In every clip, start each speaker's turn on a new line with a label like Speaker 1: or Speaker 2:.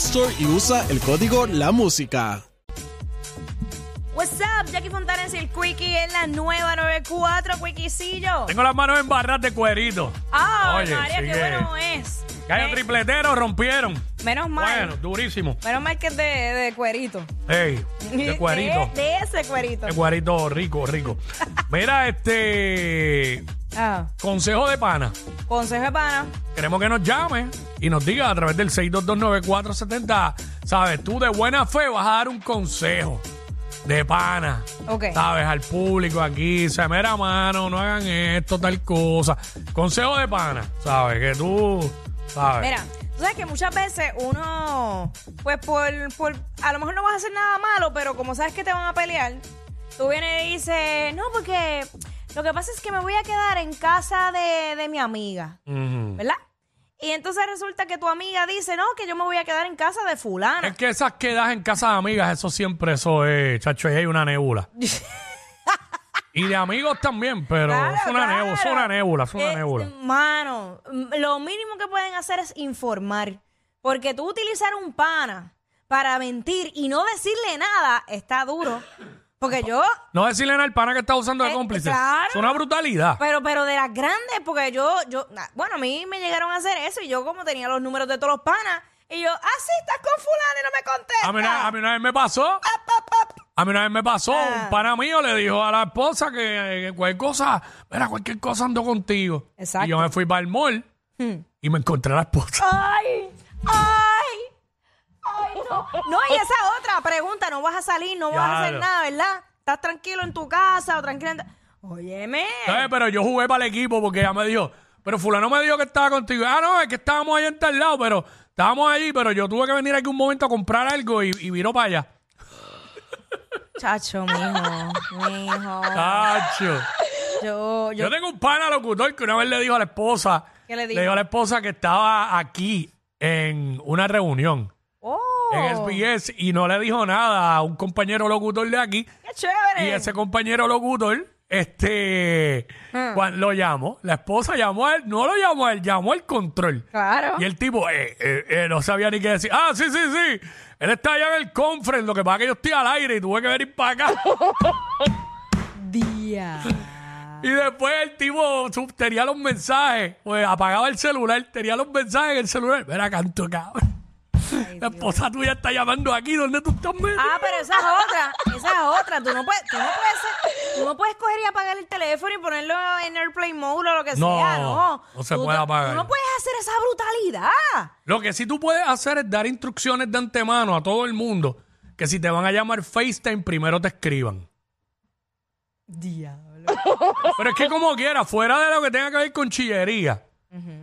Speaker 1: Store y usa el código La Música.
Speaker 2: What's up, Jackie Fontanes y el Quickie en la nueva 94, Quickiecillo.
Speaker 3: Tengo las manos en barras de cuerito.
Speaker 2: Ah,
Speaker 3: Oye,
Speaker 2: María,
Speaker 3: sí
Speaker 2: qué
Speaker 3: que-
Speaker 2: bueno es.
Speaker 3: Gallo
Speaker 2: Eh,
Speaker 3: tripletero, rompieron.
Speaker 2: Menos mal.
Speaker 3: Bueno, durísimo.
Speaker 2: Menos mal que es de, de cuerito.
Speaker 3: Ey, de cuerito.
Speaker 2: De, de ese cuerito.
Speaker 3: De cuerito rico, rico. Mira, este
Speaker 2: Ah,
Speaker 3: consejo de pana.
Speaker 2: consejo de pana.
Speaker 3: Queremos que nos llame y nos diga a través del 6229470, ¿sabes? Tú de buena fe vas a dar un consejo de pana.
Speaker 2: Ok.
Speaker 3: ¿Sabes? Al público aquí, se mera mano, no hagan esto, tal cosa. Consejo de pana, ¿sabes? Que tú, ¿sabes?
Speaker 2: Mira, tú sabes que muchas veces uno, pues por, por, a lo mejor no vas a hacer nada malo, pero como sabes que te van a pelear, tú vienes y dices, no, porque lo que pasa es que me voy a quedar en casa de, de mi amiga,
Speaker 3: Ujú.
Speaker 2: ¿verdad? Y entonces resulta que tu amiga dice, no, que yo me voy a quedar en casa de fulana.
Speaker 3: Es que esas quedas en casa de amigas, eso siempre, eso es, chacho, ahí hay una nebula. y de amigos también, pero
Speaker 2: Claro,
Speaker 3: es una nebula, es
Speaker 2: claro.
Speaker 3: una nebula, es una
Speaker 2: Eh,
Speaker 3: nebula.
Speaker 2: Mano, m- lo mínimo que pueden hacer es informar. Porque tú utilizar un pana para mentir y no decirle nada está duro. Porque yo,
Speaker 3: No decirle al pana que está usando de
Speaker 2: Eh,
Speaker 3: cómplice.
Speaker 2: claro. Pues,
Speaker 3: Es una brutalidad.
Speaker 2: pero, pero de las grandes, porque yo, yo, na- bueno, a mí me llegaron a hacer eso y yo como tenía los números de todos los panas, y yo, ah, sí, estás con fulano y no me Ah, contestas.
Speaker 3: A mí, una, a mí una vez me pasó. A mí una vez me pasó.
Speaker 2: pues, Ah.
Speaker 3: Un pana mío le dijo a la esposa que, eh, cualquier cosa, mira, cualquier cosa ando contigo.
Speaker 2: Exacto. Hmm.
Speaker 3: Y yo me fui para el mall y me encontré a la esposa.
Speaker 2: Ay, ay, ay, no. No, y esa otra pregunta, no vas a salir, no vas a hacer
Speaker 3: Claro.
Speaker 2: nada, ¿verdad? Estás tranquilo en tu casa o tranquila en tu- Óyeme.
Speaker 3: ¿Sabes? Eh, Pero yo jugué para el equipo porque ella me dijo, pero fulano me dijo que estaba contigo. Ah, no, es que estábamos allá en tal lado, pero estábamos allí, pero yo tuve que venir aquí un momento a comprar algo y, y vino para allá.
Speaker 2: Chacho, mijo, mijo. Ah.
Speaker 3: Tacho.
Speaker 2: Yo, yo,
Speaker 3: Yo tengo un pana locutor que una vez le dijo a la esposa,
Speaker 2: ¿Qué le dijo?
Speaker 3: dijo a la esposa que estaba aquí en una reunión
Speaker 2: oh,
Speaker 3: en SBS y no le dijo nada a un compañero locutor de aquí.
Speaker 2: qué chévere.
Speaker 3: Y ese compañero locutor, este,
Speaker 2: Ah.
Speaker 3: cuan- lo llamó, la esposa llamó a él, no lo llamó a él, llamó al control.
Speaker 2: Claro.
Speaker 3: Y el tipo eh, eh, eh, no sabía ni qué decir. Ah, sí, sí, sí. Él está allá en el conference. Lo que pasa es que yo estoy al aire y tuve que venir para acá.
Speaker 2: Día.
Speaker 3: y después el tipo sub- tenía los mensajes. Pues apagaba el celular, tenía los mensajes en el celular. Mira, canto cabrón. La esposa tuya está llamando aquí. ¿Dónde tú estás metido?
Speaker 2: Ah, pero esa es otra, esa es otra. Tú no puedes, tú no puedes, ser- tú no puedes coger y apagar el teléfono y ponerlo en AirPlay Mode o lo que
Speaker 3: No,
Speaker 2: sea, no.
Speaker 3: no se
Speaker 2: Tú
Speaker 3: puede
Speaker 2: no-
Speaker 3: apagar.
Speaker 2: Tú no puedes hacer esa brutalidad.
Speaker 3: Lo que sí tú puedes hacer es dar instrucciones de antemano a todo el mundo que si te van a llamar FaceTime, primero te escriban.
Speaker 2: Diablo.
Speaker 3: Pero es que como quiera, fuera de lo que tenga que ver con chillería,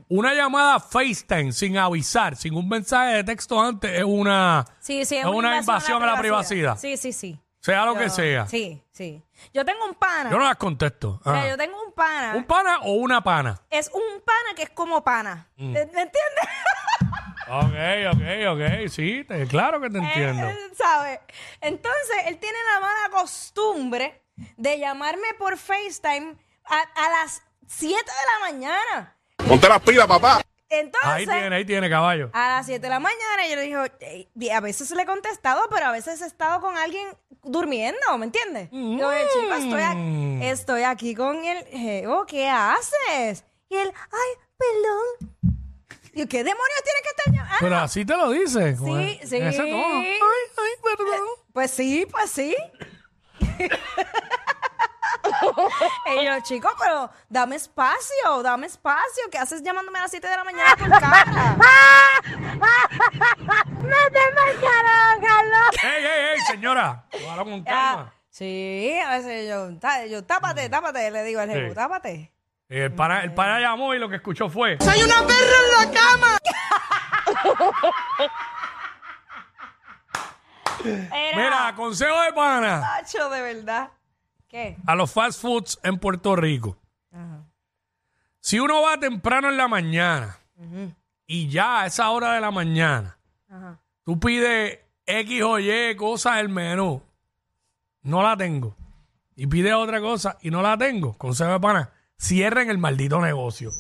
Speaker 3: una llamada FaceTime sin avisar, sin un mensaje de texto antes, es una,
Speaker 2: Sí, sí,
Speaker 3: es una invasión a la privacidad.
Speaker 2: Sí, sí, sí.
Speaker 3: Sea lo que
Speaker 2: Yo-
Speaker 3: sea.
Speaker 2: Sí, sí. Yo tengo un pana.
Speaker 3: Yo no las contesto.
Speaker 2: O sea,
Speaker 3: Ajá.
Speaker 2: yo tengo un pana.
Speaker 3: ¿Un pana o una pana?
Speaker 2: es un pana que es como pana.
Speaker 3: Mm.
Speaker 2: ¿Me entiendes?
Speaker 3: Ok, ok, ok. Sí, te- claro que te entiendo.
Speaker 2: Eh, ¿Sabes? Entonces, él tiene la mala costumbre de llamarme por FaceTime a, a las 7 de la mañana.
Speaker 4: Ponte las pilas, papá.
Speaker 2: Entonces,
Speaker 3: Ahí tiene, ahí tiene, caballo.
Speaker 2: a las 7 de la mañana yo le digo, "Ey", y a veces le he contestado, pero a veces he estado con alguien durmiendo, ¿me entiendes? Yo, "Oye, chico, estoy aquí, estoy aquí con el jevo, ¿qué haces? Y él, ay, perdón. Y yo, ¿qué demonios tiene que estar llamando?
Speaker 3: Pero así te lo dice. como en-
Speaker 2: sí.
Speaker 3: en ese tono. Ay, ay, perdón.
Speaker 2: Pues sí, pues sí. y yo, chico, pero dame espacio, dame espacio. ¿Qué haces llamándome a las 7 de la mañana con cara?
Speaker 3: ¡Ey, ey, ey, señora! Cójalo con
Speaker 2: Ah,
Speaker 3: calma. Mm.
Speaker 2: sí, a veces yo, tá- yo, tápate, tápate, le digo al jefe,
Speaker 3: Sí.
Speaker 2: tápate.
Speaker 3: Eh, El pana, el pana llamó y lo que escuchó fue.
Speaker 2: ¡Soy una perra en la cama! Era.
Speaker 3: Mira, consejo de pana
Speaker 2: Tacho, de verdad. ¿Qué?
Speaker 3: a los fast foods en Puerto Rico. Si uno va temprano en la mañana y ya a esa hora de la mañana
Speaker 2: Ajá.
Speaker 3: tú pides X o Y cosas del menú, no la tengo. Y pides otra cosa y no la tengo. Consejo de pana, cierren el maldito negocio.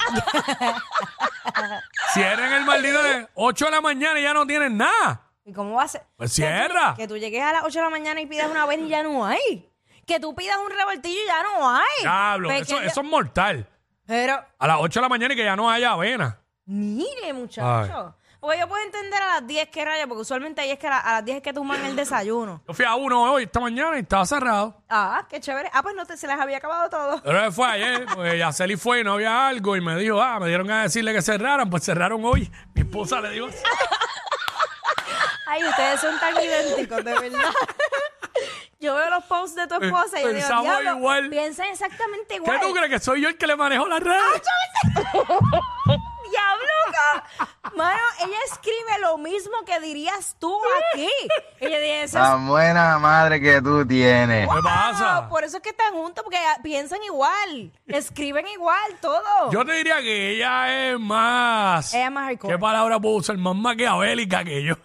Speaker 3: cierren el maldito negocio. 8 de la mañana y ya no tienen nada.
Speaker 2: ¿Y cómo va a ser?
Speaker 3: Pues
Speaker 2: Que tú-
Speaker 3: cierra.
Speaker 2: Que tú llegues a las 8 de la mañana y pidas una vez y ya no hay. Que tú pidas un revoltillo y ya no hay.
Speaker 3: Diablo,
Speaker 2: Pues
Speaker 3: eso,
Speaker 2: que yo-
Speaker 3: eso es mortal.
Speaker 2: Pero,
Speaker 3: A las 8 de la mañana y que ya no haya avena.
Speaker 2: mire, muchacho. Porque yo puedo entender a las 10 que raya, porque usualmente ahí es que a, la- a las 10 es que toman el desayuno.
Speaker 3: Yo fui a uno hoy, esta mañana, y estaba cerrado.
Speaker 2: Ah, qué chévere. Ah, pues no te, se les había acabado todo.
Speaker 3: Pero fue ayer, porque Yaceli fue y no había algo, y me dijo, ah, me dieron a decirle que cerraran, pues cerraron hoy. Mi esposa le dijo,
Speaker 2: Ay, ustedes son tan idénticos, de verdad. Yo veo los posts de tu esposa y yo digo,
Speaker 3: Pensamos
Speaker 2: diablo,
Speaker 3: igual.
Speaker 2: piensan exactamente
Speaker 3: ¿qué
Speaker 2: igual.
Speaker 3: tú crees que soy yo el que le manejo las redes?
Speaker 2: ¡Diablo! co- Mano, ella escribe lo mismo que dirías tú aquí. Ella dice, eso es
Speaker 4: Tan buena madre que tú tienes.
Speaker 3: ¿Qué pasa?
Speaker 2: Ah, por eso es que están juntos, porque ah, piensan igual, escriben igual, todo.
Speaker 3: Yo te diría que ella es más...
Speaker 2: pues. Ella es más
Speaker 3: ¿Qué
Speaker 2: hardcore.
Speaker 3: palabra puedo usar? Más maquiavélica que yo.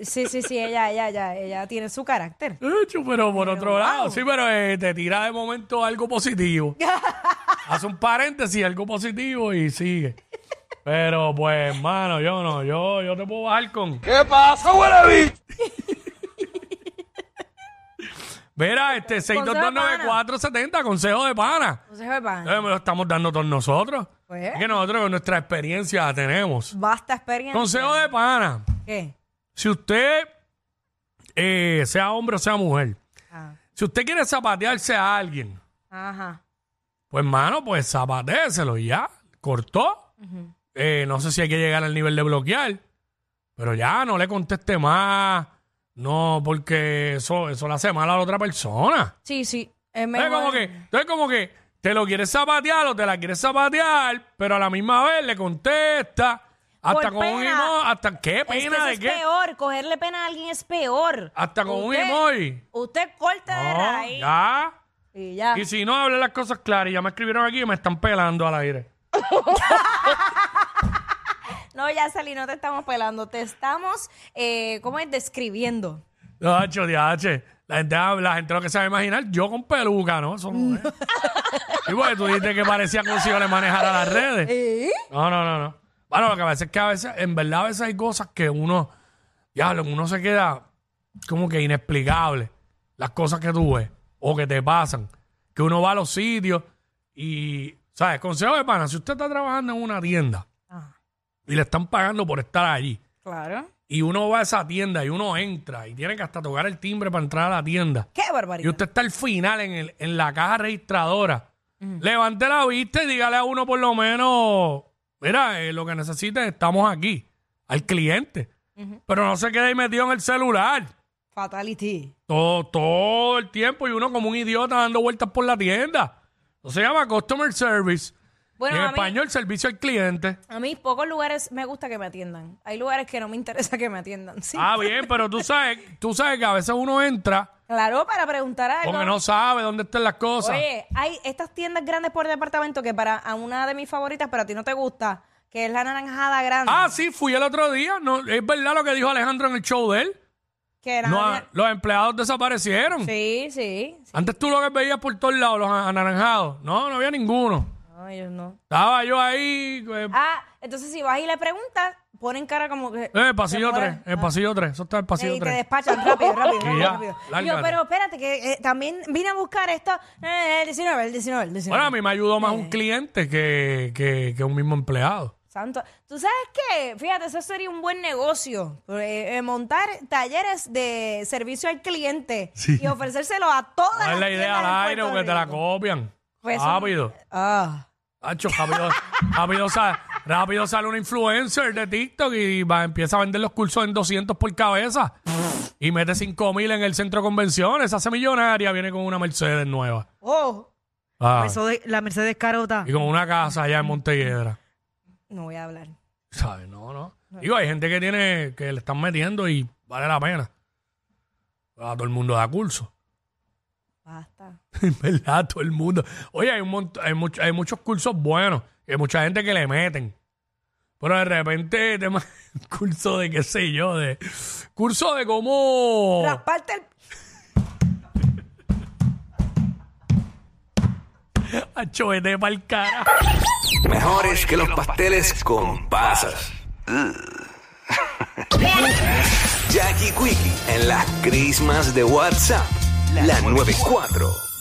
Speaker 2: Sí, sí, sí, ella, ella, ella, ella tiene su carácter.
Speaker 3: De hecho, pero por otro lado, sí, pero eh, te tira de momento algo positivo. Hace un paréntesis, algo positivo y sigue. Pero pues, mano, yo no, yo, yo te puedo bajar con.
Speaker 4: ¿Qué pasa, Guaraví?
Speaker 3: Mira, este
Speaker 2: Consejo
Speaker 3: 6229470, consejo de pana.
Speaker 2: Consejo de pan.
Speaker 3: Eh, me lo estamos dando todos nosotros.
Speaker 2: Pues.
Speaker 3: Es que nosotros con nuestra experiencia la tenemos.
Speaker 2: Basta experiencia.
Speaker 3: Consejo de pana.
Speaker 2: ¿Qué?
Speaker 3: Si usted, eh, sea hombre o sea mujer,
Speaker 2: Ah,
Speaker 3: si usted quiere zapatearse a alguien,
Speaker 2: ajá.
Speaker 3: Pues, mano, pues zapatéselo y ya. Cortó. Eh, no sé si hay que llegar al nivel de bloquear. Pero ya, no le conteste más. No, porque eso, eso le hace mal a la otra persona.
Speaker 2: Sí, sí. Es
Speaker 3: Entonces
Speaker 2: mejor.
Speaker 3: como, Eh, que, entonces, como que te lo quieres zapatear o te la quieres zapatear, pero a la misma vez le contesta. Hasta
Speaker 2: Por
Speaker 3: con un
Speaker 2: pena.
Speaker 3: emoji. Hasta, ¿Qué
Speaker 2: Es que
Speaker 3: pena
Speaker 2: eso
Speaker 3: de
Speaker 2: es
Speaker 3: qué?
Speaker 2: peor, cogerle pena a alguien es peor.
Speaker 3: Hasta con un
Speaker 2: Usted-
Speaker 3: emoji.
Speaker 2: Usted corta de
Speaker 3: No,
Speaker 2: raíz.
Speaker 3: ya.
Speaker 2: Y ya.
Speaker 3: Y si no, hablen las cosas claras. Y ya me escribieron aquí y me están pelando al aire.
Speaker 2: No, ya salí, no te estamos pelando, te estamos, eh, ¿cómo es? Describiendo.
Speaker 3: Nacho, diache. La gente, la gente lo que se va a imaginar, yo con peluca, ¿no? Eso no es. y porque tú dijiste que parecía como si yo le manejara las redes.
Speaker 2: ¿Eh?
Speaker 3: No, no, no, no. Bueno, lo que pasa es que a veces, en verdad, a veces hay cosas que uno, diablo, uno se queda como que inexplicable. Las cosas que tú ves o que te pasan. Que uno va a los sitios y, ¿sabes? Consejo de pana, si usted está trabajando en una tienda
Speaker 2: Ah,
Speaker 3: y le están pagando por estar allí,
Speaker 2: claro.
Speaker 3: y uno va a esa tienda y uno entra y tiene que hasta tocar el timbre para entrar a la tienda.
Speaker 2: ¡Qué
Speaker 3: Y
Speaker 2: barbaridad!
Speaker 3: usted está al final en, el- en la caja registradora. Levante la vista y dígale a uno por lo menos, mira, eh, lo que necesites, estamos aquí, al cliente. Pero no se quede ahí metido en el celular
Speaker 2: Fatality.
Speaker 3: todo, todo el tiempo y uno como un idiota dando vueltas por la tienda. Eso se llama Customer Service.
Speaker 2: Bueno,
Speaker 3: Y en
Speaker 2: a mí-
Speaker 3: español, servicio al cliente.
Speaker 2: A mí pocos lugares me gusta que me atiendan. Hay lugares que no me interesa que me atiendan. Sí.
Speaker 3: Ah, bien, pero tú sabes, tú sabes que a veces uno entra...
Speaker 2: Claro, para preguntar algo.
Speaker 3: Porque no sabe dónde están las cosas.
Speaker 2: Oye, hay estas tiendas grandes por departamento que para a una de mis favoritas, pero a ti no te gusta, que es la naranjada grande.
Speaker 3: Ah, sí, fui el otro día. No, es verdad lo que dijo Alejandro en el show de él.
Speaker 2: que era-
Speaker 3: No, a- los empleados desaparecieron.
Speaker 2: Sí, sí. sí.
Speaker 3: Antes tú lo que veías por todos lados, los a- anaranjados. No, no había ninguno.
Speaker 2: No, ellos no.
Speaker 3: Estaba yo ahí, eh,
Speaker 2: Ah, entonces si vas y le preguntas, ponen cara como que...
Speaker 3: eh, pasillo
Speaker 2: se
Speaker 3: 3,
Speaker 2: mueren.
Speaker 3: el pasillo 3, eso está en el
Speaker 2: Eh,
Speaker 3: pasillo
Speaker 2: Y Ah. te
Speaker 3: 3.
Speaker 2: despachan rápido, rápido,
Speaker 3: Y
Speaker 2: rápido.
Speaker 3: ya,
Speaker 2: rápido. Y yo,
Speaker 3: lárgate.
Speaker 2: pero espérate, que eh, también vine a buscar esto. Eh, el 19, el 19, el 19.
Speaker 3: Bueno, a mí me ayudó más un cliente que, que, que un mismo empleado.
Speaker 2: Santo. ¿Tú sabes qué? Fíjate, eso sería un buen negocio. eh, eh, montar talleres de servicio al cliente y ofrecérselo a todas
Speaker 3: No
Speaker 2: las
Speaker 3: es la idea
Speaker 2: tiendas en
Speaker 3: al aire
Speaker 2: Puerto
Speaker 3: porque te la
Speaker 2: Rico.
Speaker 3: copian.
Speaker 2: Pues eso-
Speaker 3: rápido.
Speaker 2: Ah.
Speaker 3: Hacho, rápido, rápido, sale, rápido sale un influencer de TikTok y va- empieza a vender los cursos en 200 por cabeza y mete 5 mil en el centro de convenciones. Se hace millonaria, viene con una Mercedes nueva.
Speaker 2: Oh.
Speaker 3: Ah,
Speaker 2: Eso de la Mercedes Carota.
Speaker 3: y con una casa allá en Montelledra.
Speaker 2: No voy a hablar.
Speaker 3: ¿Sabes? No, no. Digo, hay gente que tiene que le están metiendo y vale la pena. A todo el mundo da curso.
Speaker 2: Basta.
Speaker 3: En verdad, todo el mundo. Oye, hay, un mont- hay, mucho- hay muchos cursos buenos. Hay mucha gente que le meten. Pero de repente, te ma- curso de qué sé yo, de. Curso de cómo.
Speaker 2: Rasparte el...
Speaker 3: Acho, vete pa'l cara.
Speaker 5: Mejores que los pasteles con pasas. Ugh. Jackie Quickie en las Christmas de WhatsApp. La 94.